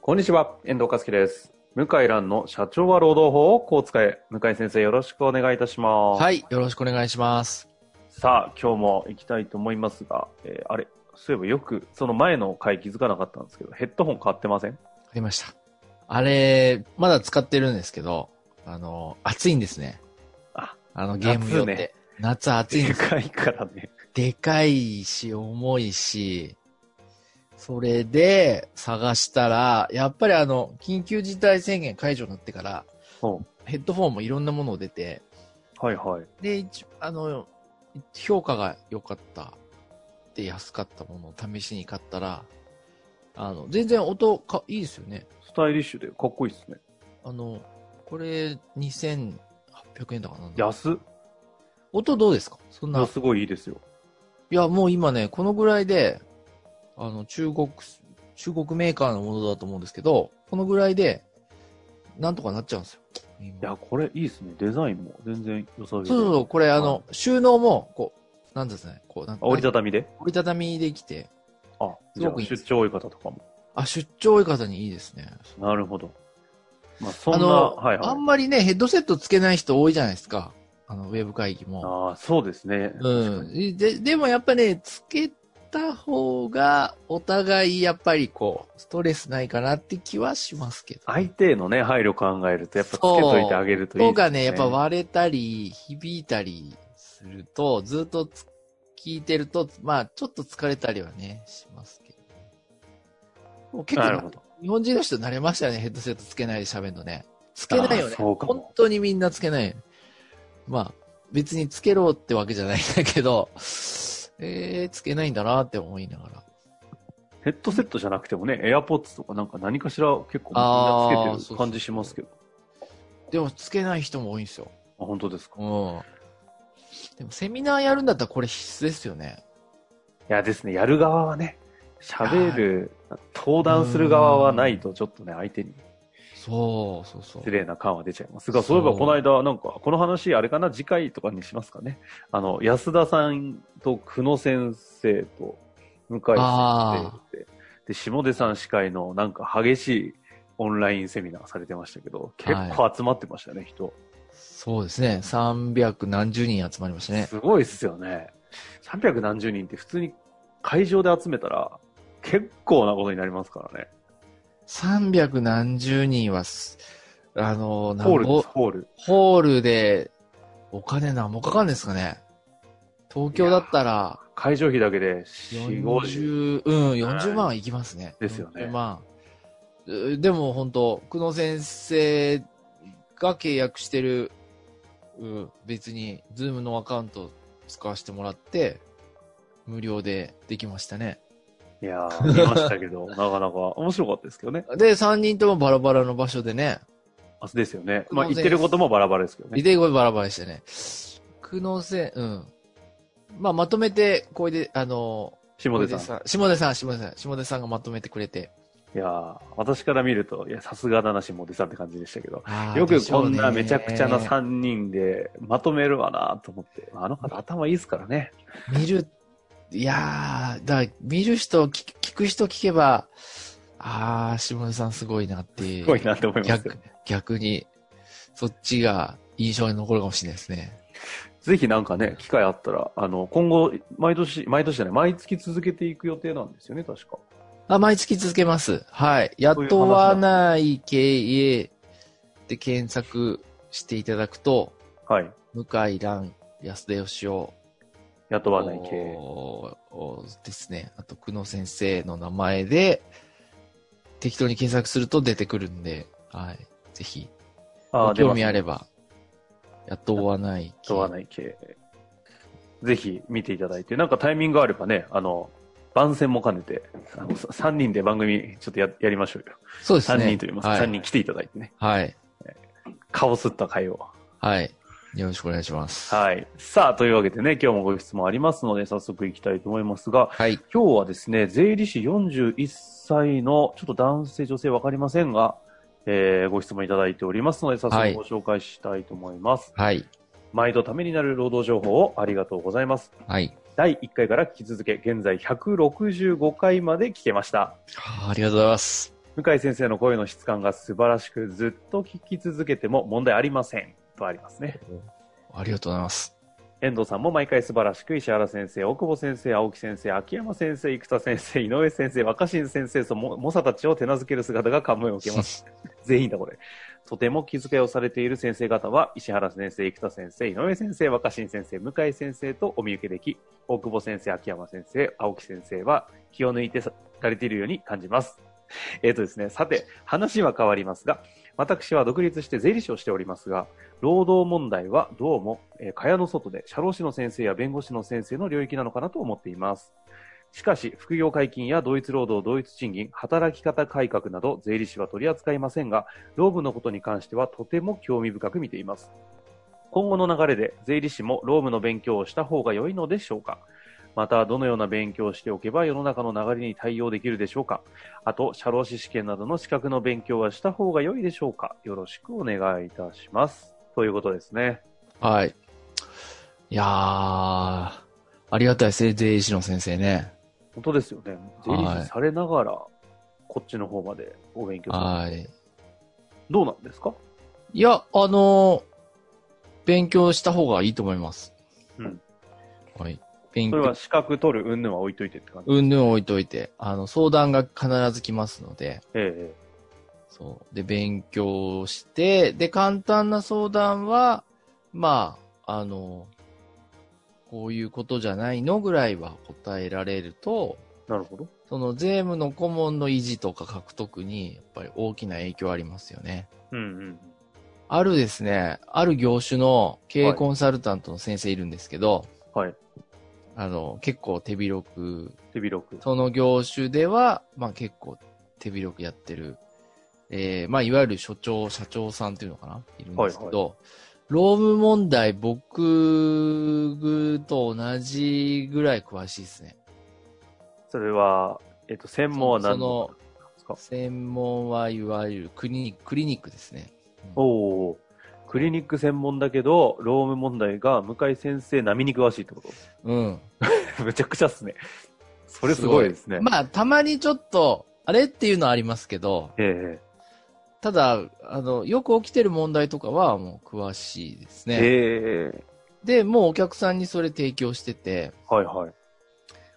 こんにちは、遠藤和樹です。向井蘭の社長は労働法をこう使え。向井先生よろしくお願いいたします。はい、よろしくお願いします。さあ、今日も行きたいと思いますが、えーあれ、そういえばよく、その前の回気づかなかったんですけど、ヘッドホン買ってませんわかりました。あれ、まだ使ってるんですけど、あの、暑いんですね。あ、あのゲーム用って。夏ね夏暑いんで です。かいからね。でかいし、重いし、それで探したら、やっぱりあの、緊急事態宣言解除になってから、うんヘッドフォンもいろんなもの出て、はいはい。で、一あの、評価が良かった。で、安かったものを試しに買ったら、あの、全然音か、いいですよね。スタイリッシュでかっこいいですね。あの、これ、2800円だかなんだ安、音どうですかそんな。いすごいいいですよ。や、もう今ね、このぐらいで、あの、中国、中国メーカーのものだと思うんですけど、このぐらいで、なんとかなっちゃうんですよ。今いや、これいいですね。デザインも全然良さそうそうそうそう、これあの、収納も、こう、なんですかね、こう、なんあ折りたたみで折りたたみできて、あ、すじゃごあくいい出です張多い方とかも。あ、出張多い方にいいですね。なるほど。まあ、そんあな、の、はいはい。あんまりね、ヘッドセットつけない人多いじゃないですか。あの、ウェブ会議も。ああ、そうですね。うん。で、でもやっぱね、つけた方が、お互いやっぱりこう、ストレスないかなって気はしますけど。相手へのね、配慮考えると、やっぱつけといてあげるといい、音がね、やっぱ割れたり、響いたりすると、ずっとつ聞いてると、まあ、ちょっと疲れたりはね、しますけど。もう結なるほ構、ど。日本人の人慣れましたよね、ヘッドセットつけないで喋るのね。つけないよあーね。そうかも本当にみんなつけない。まあ、別につけろってわけじゃないんだけど、えー、つけないんだなって思いながら。ヘッドセットじゃなくてもね、エアポッツとかなんか何かしら結構みんなあーつけてそうそるう感じしますけど。でも、つけない人も多いんですよ。あ本当ですか。ういん。でも、セミナーやるんだったらこれ必須ですよね。やですね、やる側はね、喋る、登壇する側はないとちょっとね、相手にそう、そうそう失。礼な感は出ちゃいますが、そういえばそうこの間、なんか、この話、あれかな、次回とかにしますかね。あの、安田さんと久野先生と向井先あ生で、で、下出さん司会のなんか激しいオンラインセミナーされてましたけど、結構集まってましたね、人。そうですね。300何十人集まりましたね。すごいっすよね。300何十人って普通に会場で集めたら、結構なことになりますからね。 300何十人はす、あの、なんホールでぼす、ホール。ホールで、お金何もかかんですかね東京だったら、会場費だけで4、50。 40、うん、40万はいきますね。ですよね40万。うでも本当、久野先生が契約してる、うん別に、ズームのアカウント使わせてもらって、無料でできましたね。いやー、見ましたけど、 なかなか面白かったですけどね。で、3人ともバラバラの場所でね、あですよね。久ま能あ、先生言ってることもバラバラですけどリね。テイゴバラバラでしたね。久野先生、うん。まあ、まとめて、これで、あの、下出さん。ん。下出さん、下出さん、下出さんがまとめてくれて。いやー、私から見ると、いや、さすがだな、下出さんって感じでしたけど。よくこんなめちゃくちゃな3人でまとめるわなと思って。あの方頭いいですからね。見る、いやー、だから見る人、聞く聞く人聞けば、あー、下出さんすごいなっていう。すごいなって思いますよ逆、逆に、そっちが印象に残るかもしれないですね。ぜひなんかね、機会あったら、あの、今後、毎年、毎年じゃない、毎月続けていく予定なんですよね、確か。あ、毎月続けます。はい。そういう雇話わだない経営で検索していただくと、はい。向井蘭、安田義雄、雇わない系。おおですね。あと、久野先生の名前で、適当に検索すると出てくるんで、はい。ぜひ、あーご興味出ますあれば、雇わない。雇わい。ない系。ぜひ見ていただいて、なんかタイミングがあればね、あの、番宣も兼ねて、あのさ3人で番組ちょっとややりましょうよ。そうですね。 3人と言いますか、は3人い。来ていただいてね。はい。顔すった会を。はい。よろしくお願いします。はい。さあ、というわけでね、今日もご質問ありますので、早速いきたいと思いますが、はい。今日はですね、税理士41歳の、ちょっと男性、女性わかりませんが、えーご質問いただいておりますので、早はい速ご紹介したいと思います。はい。毎度ためになる労働情報をありがとうございます。はい。第1回から聞き続け、現在165回まで聞けました。ありがとうございます。向井先生の声の質感が素晴らしく、ずっと聞き続けても問題ありません。とありますね。ありがとうございます。遠藤さんも毎回素晴らしく、石原先生、大久保先生、青木先生、秋山先生、生田先生、井上先生、若新先生とも、猛者たちを手なずける姿が感銘を受けます。全員だ、これ。とても気遣いをされている先生方は、石原先生、生田先生、井上先生、若新先生、向井先生とお見受けでき、大久保先生、秋山先生、青木先生は気を抜いてさかれているように感じます。えっ、とですね、さて、話は変わりますが、私は独立して税理士をしておりますが、労働問題はどうも、えー、蚊帳の外で社労士の先生や弁護士の先生の領域なのかなと思っています。しかし、副業解禁や同一労働同一賃金、働き方改革など税理士は取り扱いませんが、労務のことに関してはとても興味深く見ています。今後の流れで税理士も労務の勉強をした方が良いのでしょうかまた、どのような勉強をしておけば世の中の流れに対応できるでしょうかあと、社労士試験などの資格の勉強はした方が良いでしょうかよろしくお願いいたします。ということですね。 はい。いやー、ありがたいですね、税理士の先生ね。本当ですよね。税理士されながら、こっちの方までお勉強する。はい。どうなんですかいや、あのー勉強した方がいいと思います。うん。はい。勉それ強は、資格取る、うんぬんは置いといてって感じ。うんぬん置いといて、あの、相談が必ず来ますので、えそう。で、勉強して、で、簡単な相談は、まあ、あの、こういうことじゃないのぐらいは答えられると、えなるほど。その税務の顧問の維持とか獲得に、やっぱり大きな影響ありますよね。うんうん。あるですね、ある業種の経営コンサルタントの先生いるんですけど、はい。あの、結構手広く手広く。その業種では、まあ結構手広くやってる、えーまあいわゆる所長、社長さんっていうのかないるんですけど、労務問題僕と同じぐらい詳しいですね。それは、えっと、専門は何そなんですか専門はいわゆるクリニック、クリニックですね。おおー。クリニック専門だけど、労務問題が向井先生並みに詳しいってこと うん。むちゃくちゃっすね。それすごいですね。まあたまにちょっと、あれっていうのはありますけど、ええただ、あの、よく起きてる問題とかはもう詳しいですね。ええで、もうお客さんにそれ提供してて、はいはい。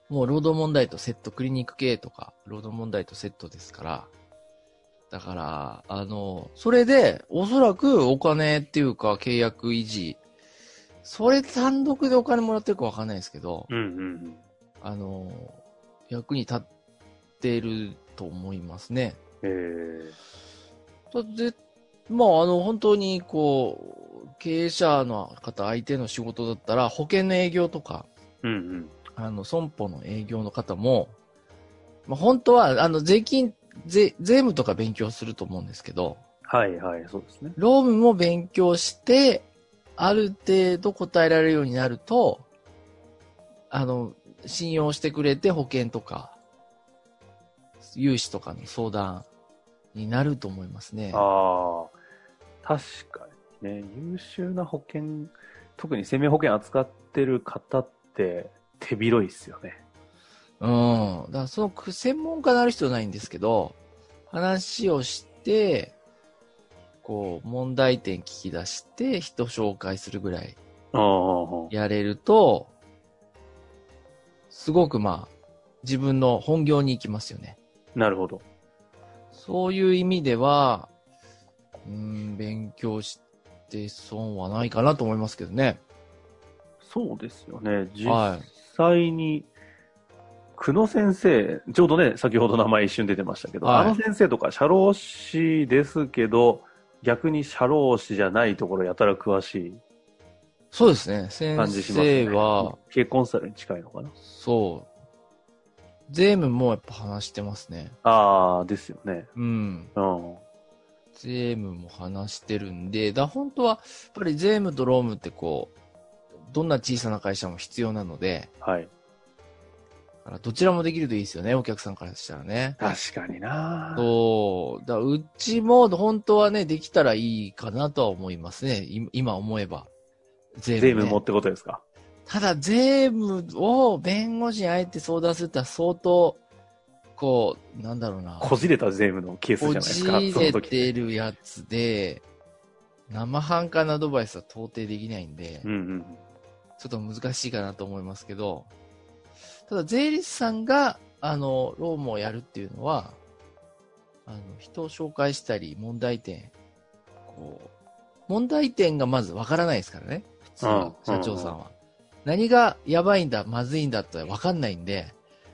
もう労働問題とセット、クリニック系とか、労働問題とセットですから、だから、あの、それで、おそらくお金っていうか契約維持、それ単独でお金もらってるかわかんないですけど、うんうんうん。あの、役に立ってると思いますね。ええだで、まあ、あの、本当に、こう、経営者の方、相手の仕事だったら、保険の営業とか、うんうん。あの、損保の営業の方も、まあ、本当は、あの、税金、税、税務とか勉強すると思うんですけど、はいはい、そうですね。労務も勉強して、ある程度答えられるようになると、あの、信用してくれて保険とか、融資とかの相談になると思いますね。ああ、確かにね、優秀な保険、特に生命保険扱ってる方って手広いっすよね。うん。だからそのく、専門家になる必要ないんですけど、話をして、こう、問題点聞き出して、人紹介するぐらいああ、やれると、すごくまあ、自分の本業に行きますよね。なるほど。そういう意味では、うん、勉強して損はないかなと思いますけどね。そうですよね。実はい際に、久野先生、ちょうどね、先ほど名前一瞬出てましたけど、はいあの先生とか社労士ですけど、逆に社労士じゃないところやたら詳しそうですね。い先感じしますね。生は、経営コンサルに近いのかな。そう。税務もやっぱ話してますね。ああ、ですよね。うん。うん。税務も話してるんで、だ本当は、やっぱり税務と労務ってこう、どんな小さな会社も必要なので、はい。だからどちらもできるといいですよね、お客さんからしたらね。確かになそう。だうちも本当はね、できたらいいかなとは思いますね。い今思えば。税税ね務もってことですか。ただ税務を弁護士にあえて相談するってのは相当、こう、なんだろうな。こじれた税務のケースじゃないですか。こじそのれ時てるやつで、生半可なアドバイスは到底できないんで、うんうん。ちょっと難しいかなと思いますけど、ただ税理士さんが、あの、ロームをやるっていうのは、あの、人を紹介したり、問題点、こう、問題点がまずわからないですからね、普通のうん社長さんは。何がやばいんだ、まずいんだってわかんないんで、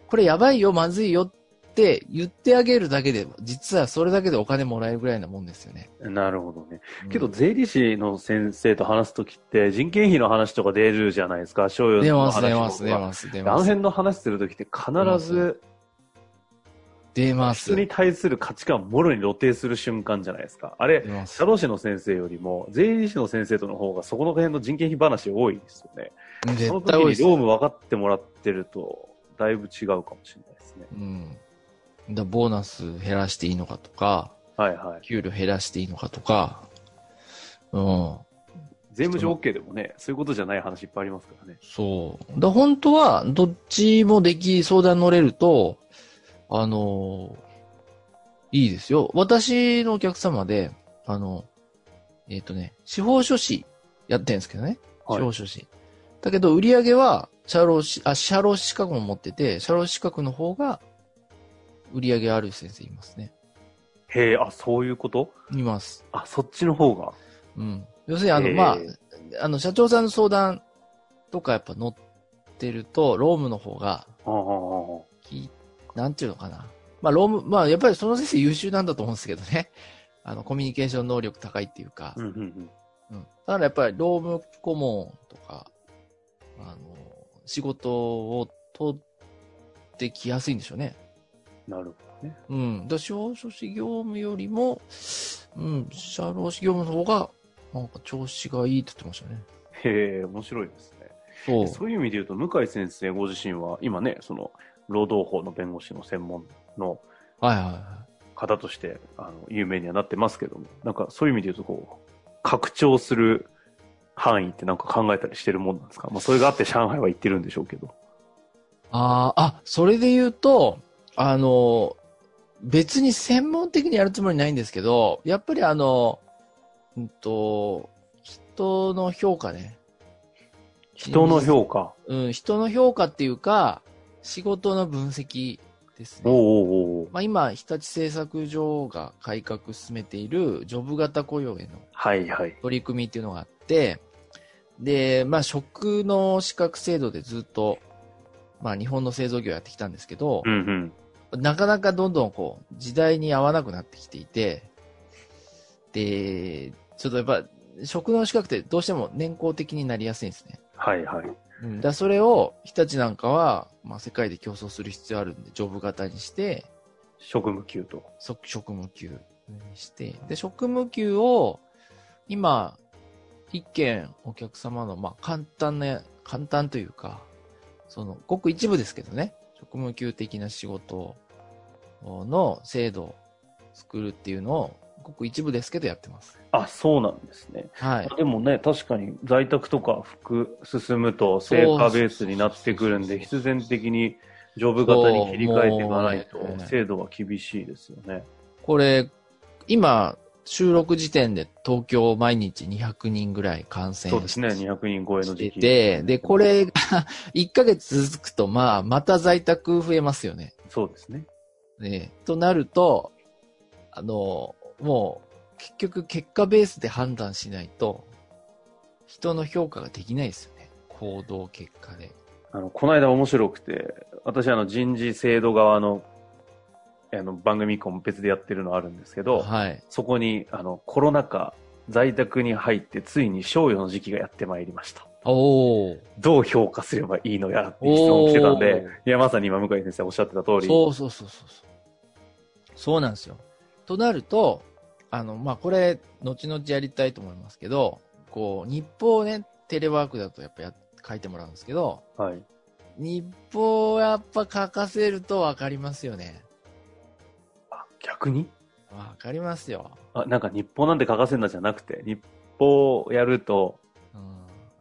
これやばいよ、まずいよって言ってあげるだけで、実はそれだけでお金もらえるぐらいなもんですよね。なるほどね。けど、うん税理士の先生と話すときって、人件費の話とか出るじゃないですか、商用出のます、話出とます、出か。ます、出あのます。辺の話するときって必ず、出ます人。に対する価値観をもろに露呈する瞬間じゃないですか。あれ、出ます社。労士の先生よりも、税理士の先生との方が、そこの辺の人件費話多いですよね。その絶時対多いにです業。務分かってもらってると、だいぶ違うかもしれないですね。うん。だボーナス減らしていいのかとか、はいはい。給料減らしていいのかとか、うん。税務上 OK でもね、そういうことじゃない話いっぱいありますからね。そう。だ本当は、どっちもでき、相談乗れると、あのーいいですよ。私のお客様で、あの、えっ、とね、司法書士やってるんですけどね。はい司法書士。だけど、売り上げは、社労士、あ、社労士資格も持ってて、社労士資格の方が、売り上げある先生いますね。へえ、あ、そういうこといます。あ、そっちの方が。うん。要するに、あの、えーまあ、あの、社長さんの相談とかやっぱ乗ってると、ロームの方が、ああああああきなんていうのかな。まあ、ローム、まあ、やっぱりその先生優秀なんだと思うんですけどね。 あの、コミュニケーション能力高いっていうか。うんうんうん。うん。だからやっぱり、ローム顧問とか、あの、仕事を取ってきやすいんでしょうね。なるほどね。うん。だ司法書士業務よりも、うん、社労士業務の方が、なんか調子がいいって言ってましたね。へえ、面白いですね。そそういう意味で言うと、向井先生ご自身は、今ね、その、労働法の弁護士の専門のはいはいは方として、あの、有名にはなってますけども、なんかそういう意味で言うと、こう、拡張する範囲ってなんか考えたりしてるもんなんですかまあ、それがあって上海は行ってるんでしょうけど。い。ああ、あ、それで言うと、あの、別に専門的にやるつもりないんですけど、やっぱりあの、うんと、人の評価ね。人の評価。うん、人の評価っていうか、仕事の分析ですおね。おおうおうまあ、今、日立製作所が改革進めているジョブ型雇用へのはいはい。取り組みっていうのがあって、で、まあ、職の資格制度でずっと、まあ、日本の製造業やってきたんですけどう、んうん。なかなかどんどんこう、時代に合わなくなってきていて、で、ちょっとやっぱ、職の資格ってどうしても年功的になりやすいんですね。はいはい。うん、だからそれを、日立なんかは、まあ、世界で競争する必要あるんで、ジョブ型にして、職務給と。即職務給にして、で、職務給を、今、一件お客様の、まあ、簡単な、簡単というか、その、ごく一部ですけどね、職務給的な仕事の制度を作るっていうのを、ごく一部ですけどやってます。あ、そうなんですね。はい。でもね、確かに在宅とか服進むとそう成果ベースになってくるんで、必然的にジョブ型に切り替えていかないそうもとうね、制度は厳しいですよね。これ、今、収録時点で東京毎日200人ぐらい感染そうですね、200人超えのし時て期。て、で、これが1ヶ月続くと、まあ、また在宅増えますよね。そうですね。ねとなると、あの、もう、結局結果ベースで判断しないと、人の評価ができないですよね。行動結果で。あの、この間面白くて、私あの人事制度側の、あの、番組一個も別でやってるのあるんですけど、はい。そこに、あの、コロナ禍、在宅に入って、ついに賞与の時期がやってまいりました。おーどう評価すればいいのやらっていう質問をしてたんでおー、いや、まさに今、向井先生おっしゃってた通り、そうそうそうそうそう。そうなんですよ。となると、あの、まあ、これ、後々やりたいと思いますけど、こう、日報をね、テレワークだとやっぱや書いてもらうんですけど、はい。日報をやっぱ書かせるとわかりますよね。あ逆にわかりますよ。あ、なんか日報なんて書かせんなじゃなくて、日報やると、うん。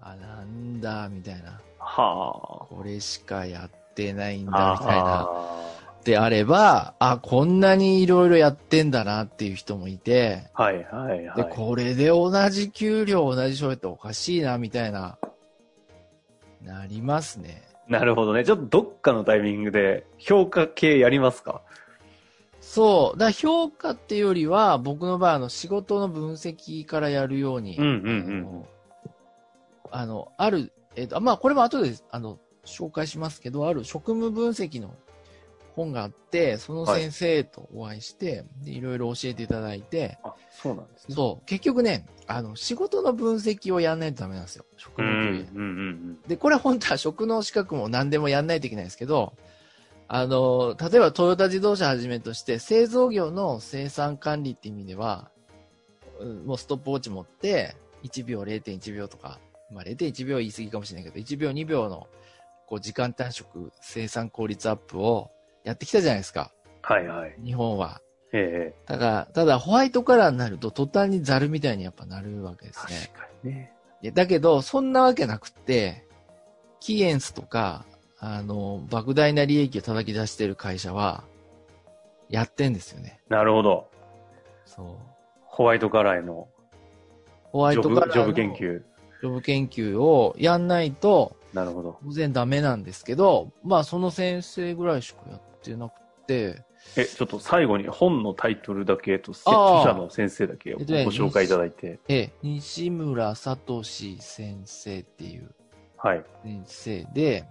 あ、なんだ、みたいな。はこれしかやってないんあ。だ、みたいな。あであれば、あ、こんなにいろいろやってんだなっていう人もいて、ーはいはいはで、い。これで同じ給料、同じ賞やっておかしいな、みたいな、なりますね。なるほどね。ちょっとどっかのタイミングで評価系やりますかそう。だから評価っていうよりは、僕の場合、あの、仕事の分析からやるように、うんうんあの、あのある、えっ、と、まあ、これも後で、あの、紹介しますけど、ある職務分析の本があって、その先生とお会いして、でいろいろ教えていただいて、あ、そうなんですね。そう、結局ね、あの、仕事の分析をやんないとダメなんですよ。職うん務うん分うん析。で、これ本当は職能資格も何でもやんないといけないんですけど、あの、例えばトヨタ自動車はじめとして製造業の生産管理って意味では、うんもうストップウォッチ持って、1秒0.1秒とか、まあ0.1秒は言い過ぎかもしれないけど、1秒2秒のこう時間短縮、生産効率アップをやってきたじゃないですか、はいはい。日本は。ええただ、ただホワイトカラーになると途端にザルみたいにやっぱなるわけです確ね。かにね。いや、だけど、そんなわけなくって、キエンスとか、あの、莫大な利益を叩き出してる会社は、やってんですよね。なるほど。そう。ホワイトカラーへのホワイジョトブカラーのジョブ研。究。ジョブ研究をやんないと、なるほど。当然ダメなんですけど、まあ、その先生ぐらいしかやってなくて、え、ちょっと最後に本のタイトルだけと、せあー著者の先生だけをご紹介いただいて。ええ、西村聡先生っていうはい。先生で、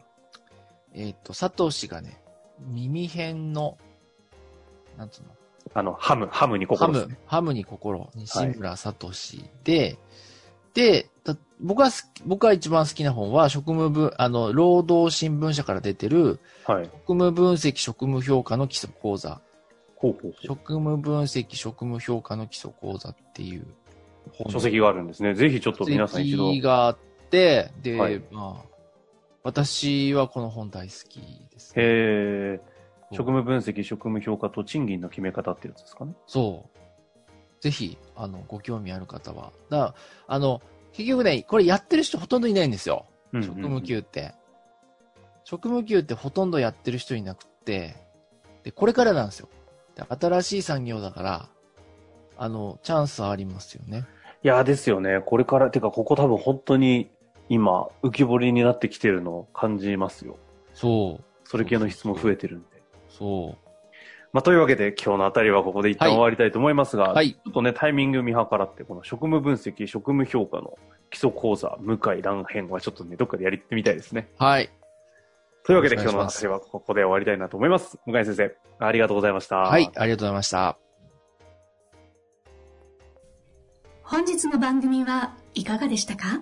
えっ、と、聡がね、耳辺の、なんつうのあの、ハム、ハムに心ですね。ハム、ハムに心、西村聡で、で、た僕は好き、僕は一番好きな本は、職務分、あの、労働新聞社から出てる、はい。職務分析、職務評価の基礎講座。ほうほうほ職務分析、職務評価の基礎講座っていうう本。書籍があるんですね。ぜひちょっと皆さん一度。書籍があって、で、はいまあ、私はこの本大好きです、ね。えー、そう職務分析、職務評価と賃金の決め方ってやつですかね。そう。ぜひ、あの、ご興味ある方は。だからあの、結局ね、これやってる人ほとんどいないんですよ。うんうんうん職務給って。職務給ってほとんどやってる人いなくって、で、これからなんですよ。で新しい産業だから、あの、チャンスありますよね。いやーですよね。これから、てかここ多分本当に今、浮き彫りになってきてるのを感じますよ。そう。それ系の質問増えてるんで。そまあ、というわけで今日のあたりはここで一旦はい終わりたいと思いますが、はいちょっとね、タイミング見計らって、この職務分析、職務評価の基礎講座、向井蘭編はちょっとね、どっかでやりってみたいですね。う。はい。というわけでお今日願いしのあたますりはここで終わりたいなと思います。向井先生、ありがとうございました。はい。ありがとうございました。本日の番組はいかがでしたか